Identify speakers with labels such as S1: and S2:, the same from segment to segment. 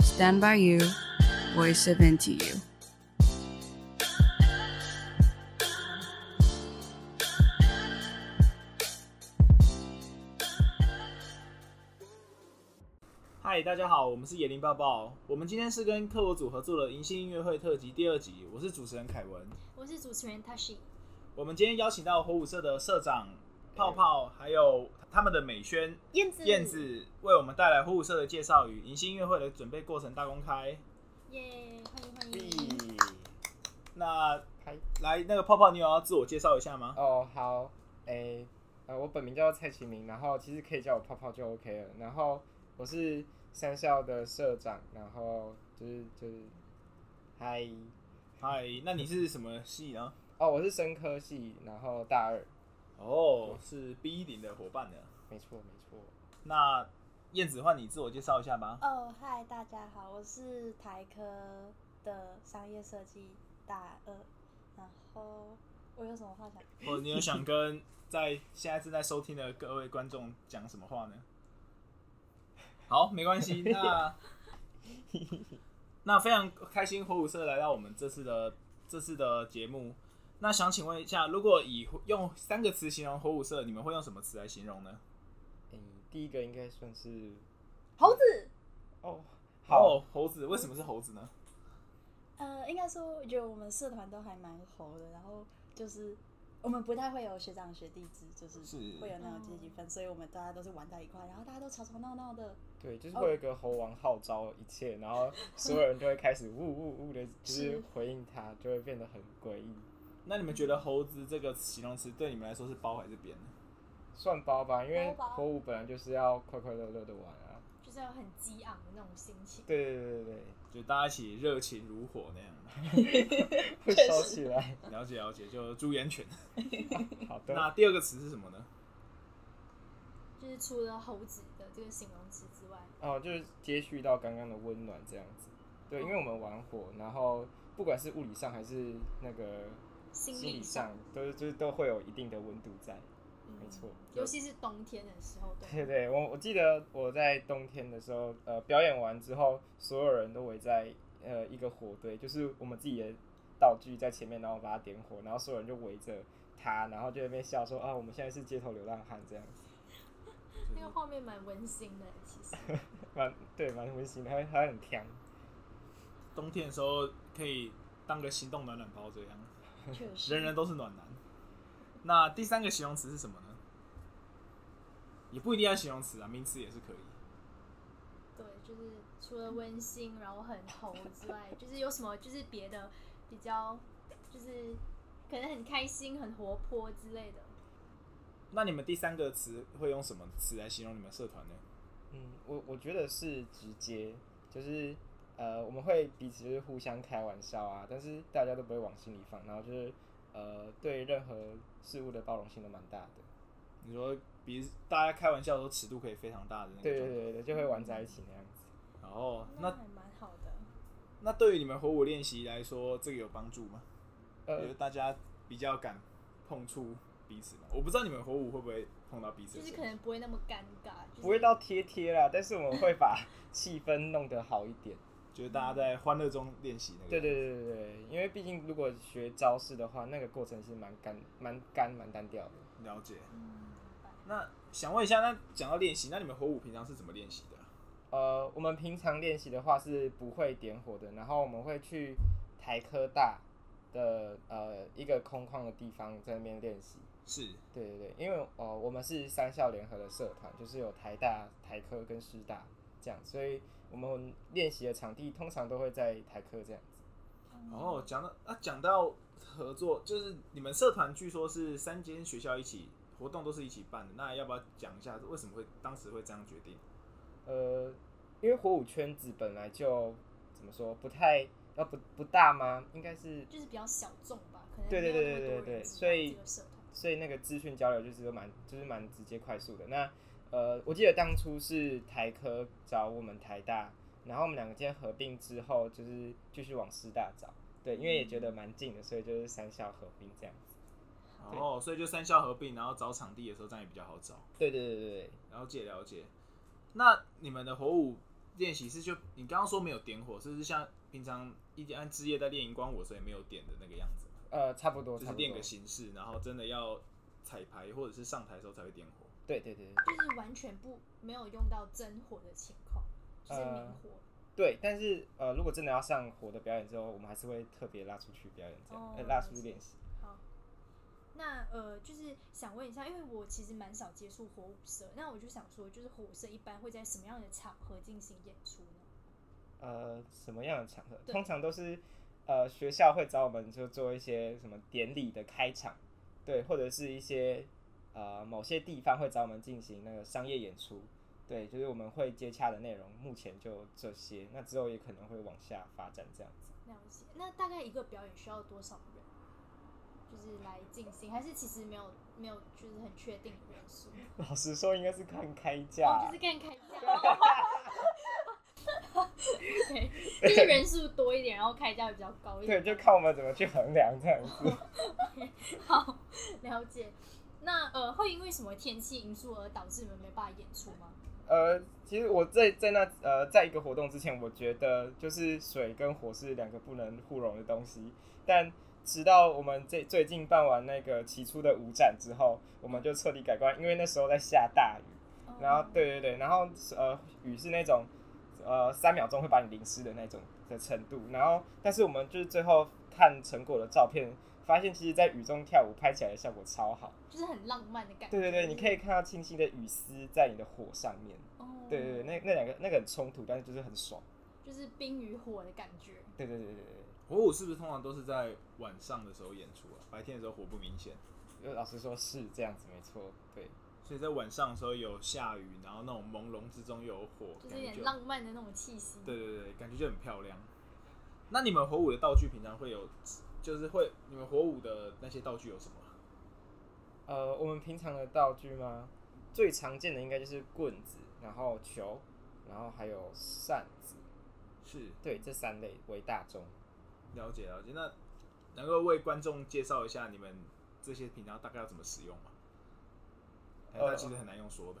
S1: Stand by you, voice of NTU。
S2: 嗨，大家好，我们是野林抱抱。我们今天是跟克我组合做了银杏音乐会特辑第二集，我是主持人凯文。
S3: 我是主持人 Tashi。
S2: 我们今天邀请到火舞社的社长泡泡，还有他们的美宣
S3: 燕
S4: 嗯
S3: 子，
S2: 燕，子，为我们带来火舞社的介绍与银杏音乐会的准备过程大公开。
S3: 耶、欢迎欢迎。
S2: 那
S4: 嗨，
S2: 来，那个泡泡，你有要自我介绍一下吗？
S4: 哦，好，诶、呃，我本名叫蔡启明，然后其实可以叫我泡泡就 OK 了。然后我是三校的社长，然后就是就是，嗨，
S2: 嗨，那你是什么系呢？
S4: 哦，我是生科系，然后大二，
S2: 哦，是 B 一零的伙伴呢。
S4: 没错没错。
S2: 那燕子，换你自我介绍一下吧。
S5: 哦，嗨，大家好，我是台科的商业设计大二，然后我有什么话想？
S2: 或者你有想跟在现在正在收听的各位观众讲什么话呢？好，没关系。那那非常开心，火舞社来到我们这次的这次的节目。那想请问一下，如果以用三个词形容火舞社，你们会用什么词来形容呢？
S4: 嗯，第一个应该算是
S5: 猴子，
S4: 哦，好，
S2: 哦，猴子为什么是猴子呢？
S5: 呃，应该说，我觉得我们社团都还蛮猴的，然后就是我们不太会有学长学弟制，就是
S2: 是
S5: 会有那种阶级分，所以我们大家都是玩在一块，然后大家都吵吵闹闹的，
S4: 对，就是会有一个猴王号召一切，然后所有人就会开始呜呜呜的，就是
S5: 是
S4: 回应他，就会变得很诡异。
S2: 那你们觉得猴子这个形容词对你们来说是包还是扁呢？
S4: 算包吧，因为
S3: 包吧
S4: 火舞本来就是要快快乐乐的玩啊。
S3: 就是要很激昂的那种心情。
S4: 对对对对
S2: 就大家一起热情如火那样。
S4: 对，会烧起来。
S2: 了解了解，就朱元犬。
S4: 好的，
S2: 那第二个词是什么呢？
S3: 就是除了猴子的这个形容词之外，
S4: 哦，就是接续到刚刚的温暖这样子。对，因为我们玩火，然后不管是物理上还是那个
S3: 心
S4: 理
S3: 理
S4: 上，都就是都会有一定的温度在。没错
S3: 嗯尤其是冬天的时候，对
S4: 对对，我我记得我在冬天的时候，呃，表演完之后，所有人都围在呃一个火堆，就是我们自己的道具在前面，然后把它点火，然后所有人就围着它，然后就在那边笑说啊，我们现在是街头流浪汉这样子，
S3: 那个画面蛮温馨的，其实。
S4: 蛮对，蛮温馨的，还还很甜。
S2: 冬天的时候可以当个行动暖暖包这样，
S5: 确实，
S2: 人人都是暖男。那第三个形容词是什么呢？也不一定要形容词啊，名词也是可以。
S3: 对，就是除了温馨，然后很猴之外， 就是有什么就是别的比较，就是可能很开心、很活泼之类的。
S2: 那你们第三个词会用什么词来形容你们社团呢？
S4: 嗯，我我觉得是直接，就是呃，我们会彼此就是互相开玩笑啊，但是大家都不会往心里放，然后就是呃，对任何事物的包容性都蛮大的。
S2: 你说，比大家开玩笑说尺度可以非常大的那
S4: 对
S2: 个状
S4: 对
S2: 态。
S4: 对对，就会玩在一起那样子。
S2: 然后，
S5: 那
S2: 那
S5: 还蛮好的。
S2: 那对于你们火舞练习来说，这个有帮助吗？
S4: 呃
S2: 比如，大家比较敢碰触彼此嘛？我不知道你们火舞会不会碰到彼此
S3: 就
S2: 的身体，
S3: 是可能不会那么尴尬，就是、
S4: 不会到贴贴啦，但是我们会把气氛弄得好一点。
S2: 就是大家在欢乐中练习那个。
S4: 对对对对对，因为毕竟如果学招式的话，那个过程是蛮干、蛮干、蛮单调的。
S2: 了解。
S3: 嗯，
S2: 那想问一下，那讲到练习，那你们火舞平常是怎么练习的啊？
S4: 呃，我们平常练习的话是不会点火的，然后我们会去台科大的呃一个空旷的地方在那边练习。
S2: 是
S4: 对对对，因为呃我们是三校联合的社团，就是有台大、台科跟师大这样，所以我们练习的场地通常都会在台科这样子。
S2: 哦，讲到啊，讲到合作，就是你们社团据说是三间学校一起活动都是一起办的，那要不要讲一下为什么会当时会这样决定？
S4: 呃，因为火舞圈子本来就怎么说不太呃不不大吗？应该是，
S3: 就是比较小众吧，可能
S4: 对对
S3: 没有
S4: 对
S3: 那么
S4: 对
S3: 多
S4: 对
S3: 人
S4: 对
S3: 知
S4: 所
S3: 道
S4: 以
S3: 这个社团
S4: 所以那个资讯交流就是蛮就是蛮直接快速的。那呃，我记得当初是台科找我们台大，然后我们两个今天合并之后，就是继续往师大找。对，因为也觉
S3: 嗯
S4: 得蛮近的，所以就是三校合并这样子。对
S2: 哦，所以就三校合并，然后找场地的时候这样也比较好找。
S4: 对对对对对，
S2: 了解了解。那你们的火舞练习是就你刚刚说没有点火，是不是像平常一点按之夜在练荧光我所以没有点的那个样子嘛？
S4: 呃，差不多，
S2: 就
S4: 差
S2: 是
S4: 不
S2: 练个
S4: 多。
S2: 形式，然后真的要彩排或者是上台的时候才会点火。
S4: 对对对
S3: 就是完全不没有用到真火的情况，就是明
S4: 呃
S3: 火。
S4: 对，但是呃，如果真的要上火的表演之后，我们还是会特别拉出去表演，这样、
S3: 哦
S4: 呃、拉
S3: 了
S4: 出去
S3: 解
S4: 练习。
S3: 好，那呃，就是想问一下，因为我其实蛮少接触火舞社，那我就想说，就是火舞社一般会在什么样的场合进行演出呢？
S4: 呃，什么样的场合？
S3: 对
S4: 通常都是呃学校会找我们就做一些什么典礼的开场，对，或者是一些呃某些地方会找我们进行那个商业演出，对，就是我们会接洽的内容，目前就这些，那之后也可能会往下发展这样子。
S3: 了解，那大概一个表演需要多少人？就是来进行，还是其实没有没有，就是很确定的人数，
S4: 老实说，应该是看开价
S3: 哦哦，，就是看开 价。 对，就是人数多一点，然后开价会比较高一
S4: 对，
S3: 点。
S4: 就看我们怎么去衡量这样子。
S3: 好，了解。那呃，会因为什么天气因素而导致你们没办法演出吗？
S4: 呃，其实我在在那呃，在一个活动之前，我觉得就是水跟火是两个不能互融的东西。但直到我们最最近办完那个起初的舞展之后，我们就彻底改观，因为那时候在下大雨，
S3: 哦
S4: 然后对对对，然后呃雨是那种呃三秒钟会把你淋湿的那种的程度，然后但是我们就是最后看成果的照片，发现其实在雨中跳舞拍起来的效果超好。
S3: 就是很浪漫的感觉。
S4: 对对对，你可以看到清晰的雨丝在你的火上面。
S3: 哦，
S4: 对对对，那那两个那个很冲突，但是就是很爽。
S3: 就是冰与火的感觉。
S4: 对对对对对
S2: 火舞是不是通常都是在晚上的时候演出啊？白天的时候火不明显，
S4: 对，呃老实说是这样子，没错。对
S2: 所以在晚上的时候有下雨，然后那种朦胧之中又有火，
S3: 就是
S2: 感觉
S3: 有点
S2: 就
S3: 浪漫的那种气息。
S2: 对对对，感觉就很漂亮。那你们火舞的道具平常会有，就是会你们火舞的那些道具有什么？啊
S4: 呃，我们平常的道具吗？最常见的应该就是棍子，然后球，然后还有扇子，
S2: 是
S4: 对，这三类为大宗。
S2: 了解了解。那能够为观众介绍一下你们这些平常大概要怎么使用吗？哎
S4: 呃
S2: 那其实很难用说的。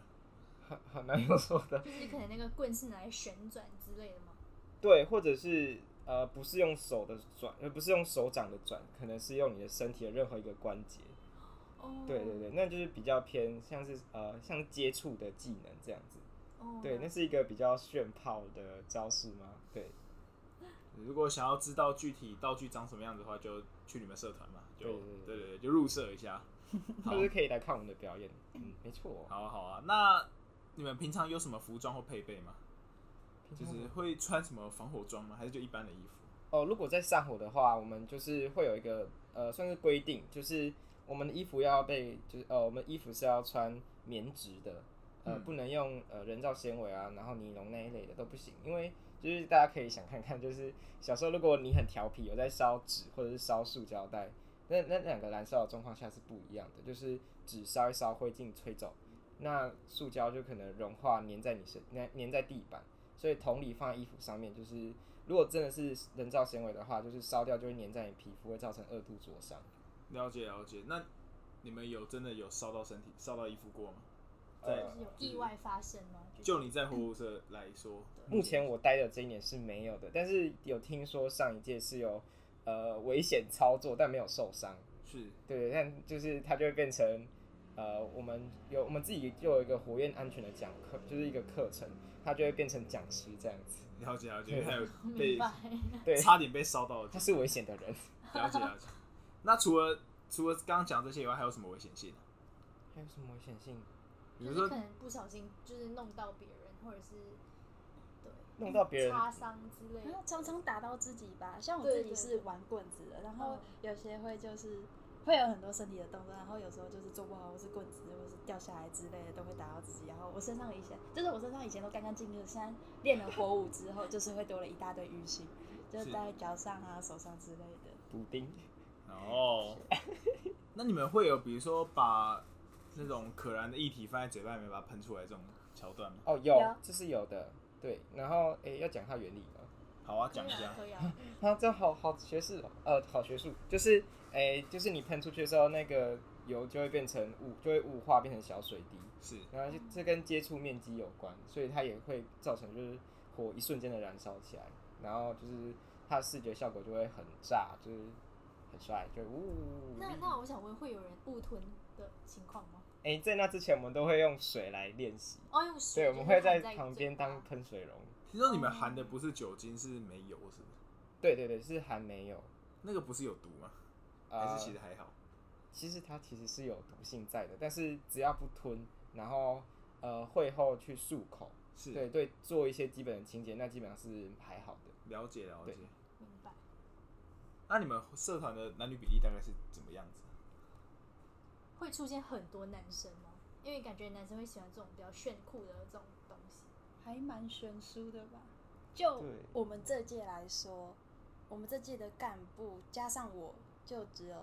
S4: 很很难用说的。
S3: 就是可能那个棍是拿来旋转之类的嘛。
S4: 对，或者是呃，不是用手的转，呃，不是用手掌的转，可能是用你的身体的任何一个关节。
S3: 哦，
S4: 对对。对，那就是比较偏像是呃，像接触的技能这样子。
S3: 哦，
S4: 对，那是一个比较炫炮的招式吗？对，
S2: 如果想要知道具体道具长什么样子的话，就去你们社团嘛，就
S4: 对
S2: 对
S4: 对
S2: 对，就入社一下。好
S4: 就是可以来看我们的表演。嗯，没错。
S2: 好啊好啊，那你们平常有什么服装或配备吗？就
S4: 平常
S2: 是会穿什么防火装吗？还是就一般的衣服？
S4: 哦，如果在上火的话，我们就是会有一个呃，算是规定，就是我们的衣服要被，就是呃，我们衣服是要穿棉质的，呃，
S2: 嗯
S4: 不能用呃人造纤维啊，然后尼龙那一类的都不行，因为就是大家可以想看看，就是小时候如果你很调皮，有在烧纸或者是烧塑胶袋，那那两个燃烧的状况下是不一样的，就是纸烧一烧灰烬吹走，那塑胶就可能融化粘在你身，粘粘在地板。所以同理放在衣服上面，就是如果真的是人造纤维的话，就是烧掉就会粘在你皮肤，会造成二度灼伤。
S2: 了解了解。那你们有真的有烧到身体、烧到衣服过吗？在、
S4: 呃
S3: 就是有意外发生吗？
S2: 就你在火舞社来说，
S4: 目前我待的这一年是没有的，但是有听说上一届是有呃危险操作，但没有受伤。
S2: 是
S4: 对，但就是它就会变成，呃，我们有我们自己就有一个火焰安全的讲课，就是一个课程，它就会变成讲师这样子。
S2: 了解了解，还有
S3: 明
S2: 被
S3: 白。
S4: 对，
S2: 差点被烧到的
S4: 他
S2: 经
S4: 是危险的人。
S2: 历，了解了解。那除了除了刚刚讲这些以外，还有什么危险性啊？
S4: 还有什么危险性？
S2: 比
S3: 就
S2: 如
S3: 是
S2: 说
S3: 可能不小心就是弄到别人，或者是
S4: 弄到别人
S3: 擦伤之类
S5: 没有
S3: 的。
S5: 啊常常打到自己吧，像我自
S3: 对
S5: 己
S3: 对
S5: 是玩棍子的，然后
S3: 嗯
S5: 有些会就是会有很多身体的动作，然后有时候就是做不好，或是棍子，或是掉下来之类的，都会打到自己。然后我身上以前就是我身上以前都干干净净的，现在练了火舞之后，就是会多了一大堆淤青，就是
S2: 是
S5: 在脚上啊、手上之类的。
S4: 补丁。
S2: 哦，那你们会有比如说把那种可燃的液体放在嘴巴里面把它喷出来这种桥段吗？
S4: 哦，有
S5: 有，
S4: 这是有的。对，然后诶、要讲它原理吗？
S2: 好啊，讲一
S3: 可以
S2: 下
S3: 啊，。可以啊。
S4: 啊，这好好学术哦，呃，好学术，就是诶、就是你喷出去的时候，那个油就会变成雾，就会雾化变成小水滴，
S2: 是
S4: 然后就这跟接触面积有关，所以它也会造成就是火一瞬间的燃烧起来，然后就是它的视觉效果就会很炸，就是很帅，就呜。
S3: 那那我想问，会有人误吞的情况吗？
S4: 哎、在那之前我们都会用水来练习，
S3: 哦，用水
S4: 对，
S3: 就
S4: 我
S3: 是
S4: 们
S3: 含
S4: 会
S3: 在
S4: 在
S3: 嘴
S4: 旁边
S3: 巴
S4: 当喷水龙。
S2: 听说你们含的不是酒精，是煤油，是吗？
S4: 对对对，是还没有，
S2: 那个不是有毒吗？
S4: 呃、
S2: 还是其实还好？
S4: 其实它其实是有毒性在的，但是只要不吞，然后呃会后去漱口，
S2: 是
S4: 对对，做一些基本的清洁，那基本上是还好的。
S2: 了解了解
S4: 对。
S3: 明白。
S2: 那你们社团的男女比例大概是怎么样子？
S3: 会出现很多男生吗？因为感觉男生会喜欢这种比较炫酷的这种东西。
S5: 还蛮悬殊的吧？就
S4: 对
S5: 我们这届来说，我们这届的干部加上我就只有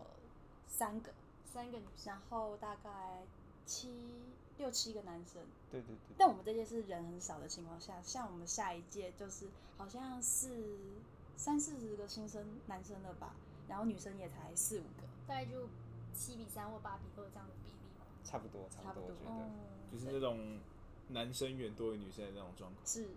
S5: 三个，
S3: 三个女生，
S5: 然后大概七六七个男生。
S4: 对对对
S5: 但我们这届是人很少的情况下，像我们下一届就是好像是三四十个新生男生了吧，然后女生也才四五个，
S3: 大概就七比三或八比二这样的比例嘛。
S4: 差不多差
S5: 差
S4: 不
S5: 不
S4: 多，我
S5: 多
S4: 觉
S5: 对
S4: 得。
S3: 嗯，
S2: 就是那种男生远多于女生的那种状况。
S5: 是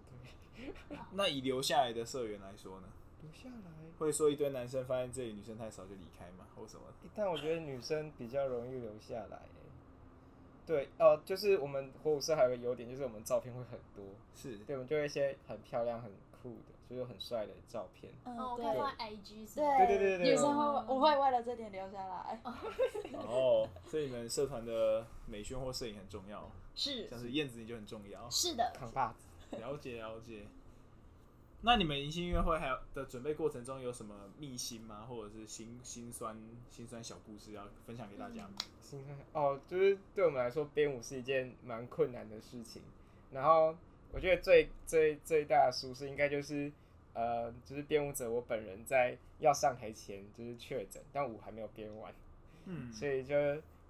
S2: 那以留下来的社员来说呢，
S4: 留下来、
S2: 会说一堆男生发现这里女生太少就离开吗？或什么的？
S4: 欸但我觉得女生比较容易留下来欸。对，呃，就是我们火舞社还有个优点，就是我们照片会很多，
S2: 是
S4: 对，我们就会一些很漂亮、很酷的，就是很帅的照片。
S5: 嗯，
S3: 哦，我
S5: 对
S3: 看放在 IG 是
S5: 对
S3: 吗
S4: 对对对对
S5: 女生会我会为了这点留下来，
S2: 哦，所以你们社团的美宣或摄影很重要，
S5: 是
S2: 像是燕子你就很重要。
S5: 是的，
S4: 扛把子，
S2: 了解了解。那你们迎新音乐会还有的准备过程中有什么秘辛吗？或者是心心酸心酸小故事要分享给大家吗？
S4: 心酸哦，就是对我们来说，编舞是一件蛮困难的事情。然后我觉得最最最大的舒适，应该就是呃，就是编舞者我本人在要上台前就是确诊，但舞还没有编完，
S2: 嗯，
S4: 所以就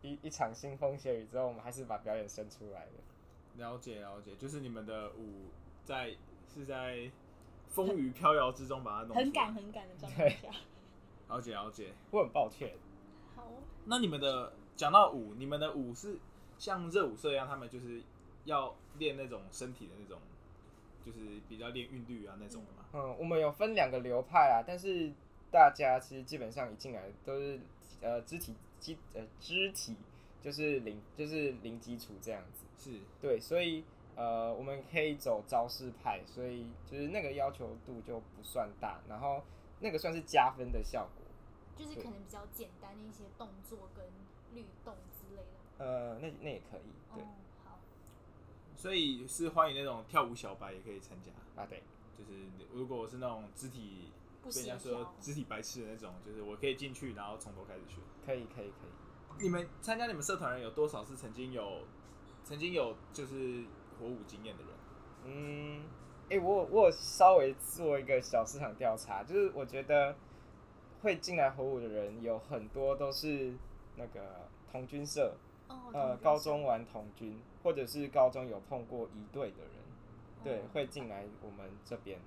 S4: 一一场腥风血雨之后，我们还是把表演生出来了。
S2: 了解了解，就是你们的舞在是在风雨飘摇之中把它弄出来
S5: 很赶很赶的状态下，
S2: 了解了解。
S4: 我很抱歉，
S3: 好哦，
S2: 那你们的讲到舞，你们的舞是像热舞社一样，他们就是要练那种身体的那种，就是比较练韵律啊那种的嘛。
S4: 嗯，我们有分两个流派啊，但是大家其实基本上一进来都是呃肢体肌呃肢体就是零就是零基础这样子，
S2: 是
S4: 对，所以呃我们可以走招式派，所以就是那个要求度就不算大，然后那个算是加分的效果，
S3: 就是可能比较简单的一些动作跟律动之类的。
S4: 呃那那也可以，对、
S3: 哦，好，
S2: 所以是欢迎那种跳舞小白也可以参加。
S4: 啊对，
S2: 就是如果我是那种肢体
S3: 不
S2: 被人
S3: 协
S2: 家说
S3: 调。
S2: 肢体白痴的那种，就是我可以进去，然后从头开始学。
S4: 可以可以可以，
S2: 你们参加你们社团人有多少是曾经有曾经有就是火舞经验的人？
S4: 嗯，诶，我有我有稍微做一个小市场调查，就是我觉得会进来火舞的人有很多都是那个童军社，
S3: 哦，
S4: 呃，
S3: 同学
S4: 高中玩童军，或者是高中有碰过一队的人，对，
S3: 哦
S4: 会进来我们这边，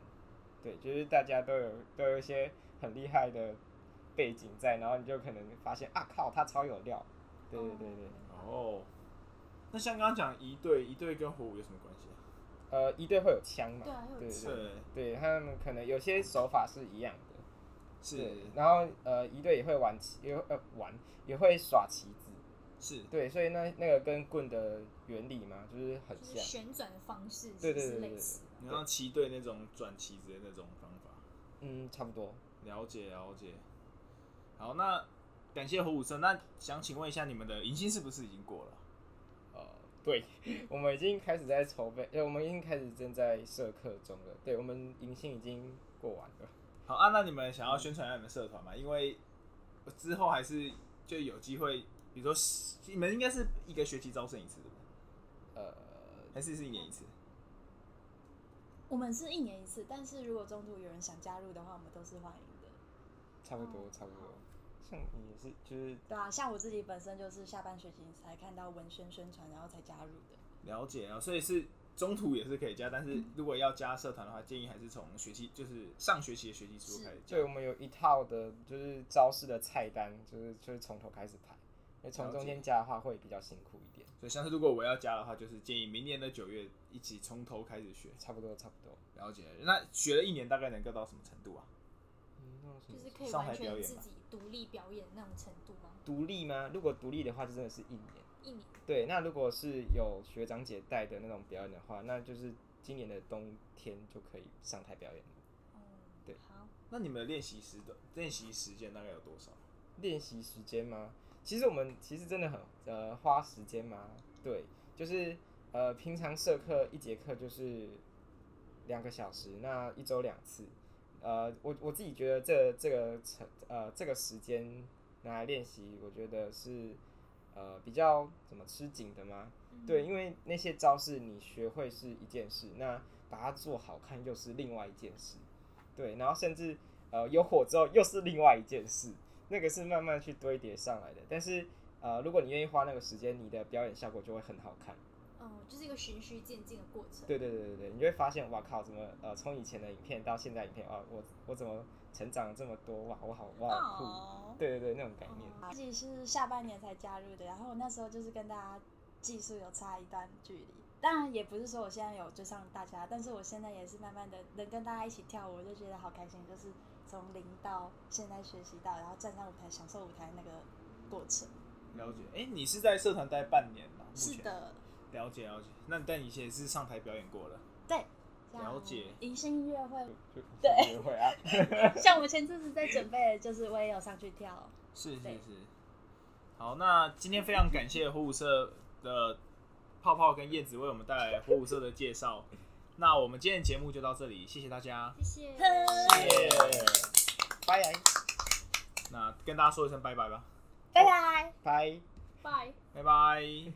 S4: 对，就是大家都有都有一些很厉害的背景在，然后你就可能发现啊靠，他超有料，对对对对，
S2: 哦，那像刚刚讲一队一队跟火舞有什么关系啊？
S4: 呃，一队会有枪嘛
S3: 对，啊，又
S4: 对对
S3: 有钱
S4: 对
S2: 对，
S4: 对，他们可能有些手法是一样的。
S2: 是
S4: 对，然后呃，一队也会玩棋，也会呃玩，也会耍棋子。
S2: 是
S4: 对，所以那那个跟棍的原理嘛，就是很
S3: 就是
S4: 像。
S3: 旋转的方式
S4: 对对
S3: 其实是
S4: 对对
S3: 类
S4: 对
S3: 似的。
S2: 你像旗队那种转旗子的那种方法，
S4: 嗯，差不多。
S2: 了解了解。好，那感谢火舞社。那想请问一下，你们的迎新是不是已经过了？
S4: 呃，对， 我们已经开始在筹备，呃，我们已经开始正在社课中了。对，我们银杏已经过完了。
S2: 好啊，那你们想要宣传一下你们社团嘛？因为之后还是就有机会，比如说你们应该是一个学期招生一次，对不对？
S4: 呃，
S2: 还是是一年一次？
S5: 我们是一年一次，但是如果中途有人想加入的话，我们都是欢迎的。
S4: 差不多，
S3: 哦
S4: 差不多。像你也是，就是
S5: 对啊，像我自己本身就是下半学期才看到文宣宣传，然后才加入的。
S2: 了解啊，所以是中途也是可以加，但是如果要加社团的话，建议还是从学期就是上学期的学期初开始加
S4: 对，。我们有一套的，就是招式的菜单，就是就是从头开始排，那从中
S2: 了
S4: 间加的话会比较辛苦一点，
S2: 所以像是如果我要加的话，就是建议明年的九月一起从头开始学。
S4: 差不多差不多。
S2: 了解，那学了一年大概能够到什么程度啊？
S4: 嗯，那种什
S3: 就
S4: 么
S3: 是可以
S2: 上
S3: 完
S2: 台表
S3: 全
S2: 演
S3: 自
S2: 嘛
S3: 己独立表演那种程度吗？
S4: 独立吗？如果独立的话，就真的是一年。
S3: 一年
S4: 对，那如果是有学长姐带的那种表演的话，那就是今年的冬天就可以上台表演了。
S3: 哦，
S4: 对
S3: 好，
S2: 那你们的练习时的练习时间大概有多少？
S4: 练习时间吗？其实我们其实真的很呃花时间嘛，对，就是呃平常社课一节课就是两个小时，那一周两次，呃我我自己觉得这这个成呃这个时间拿来练习，我觉得是呃比较怎么吃紧的吗？
S3: 嗯
S4: 对，因为那些招式你学会是一件事，那把它做好看又是另外一件事，对，然后甚至呃有火之后又是另外一件事，那个是慢慢去堆叠上来的。但是呃，如果你愿意花那个时间，你的表演效果就会很好看。
S3: 嗯，就是一个循序渐进的过程。
S4: 对对对对对，你就会发现哇靠，怎么呃从以前的影片到现在影片，哇我我怎么成长了这么多，哇我好哇好酷，
S5: 哦
S4: 对对对那种概念。
S5: 自己是下半年才加入的，然后我那时候就是跟大家技术有差一段距离。当然也不是说我现在有追上大家，但是我现在也是慢慢的能跟大家一起跳舞，我就觉得好开心。就是从零到现在学习到，然后站上舞台享受舞台那个过程。
S2: 了解，哎、你是在社团待半年啊吗？目前
S5: 是，的，
S2: 了解了解。那但你以前也是上台表演过了，
S5: 对。这样
S2: 了解
S5: 迎新音乐会，
S4: 就
S5: 对
S4: 学会啊，
S5: 像我们前阵子在准备，就是我也有上去跳。
S2: 是是
S5: 对
S2: 是。好，那今天非常感谢火舞社的泡泡跟燕子为我们带来火舞社的介绍。那我们今天的节目就到这里，谢谢大家。
S3: 谢谢。
S2: 耶、
S4: 拜
S2: 那跟大家说一声拜拜吧，
S5: 拜拜。
S4: 拜。
S3: 拜。
S2: 拜拜。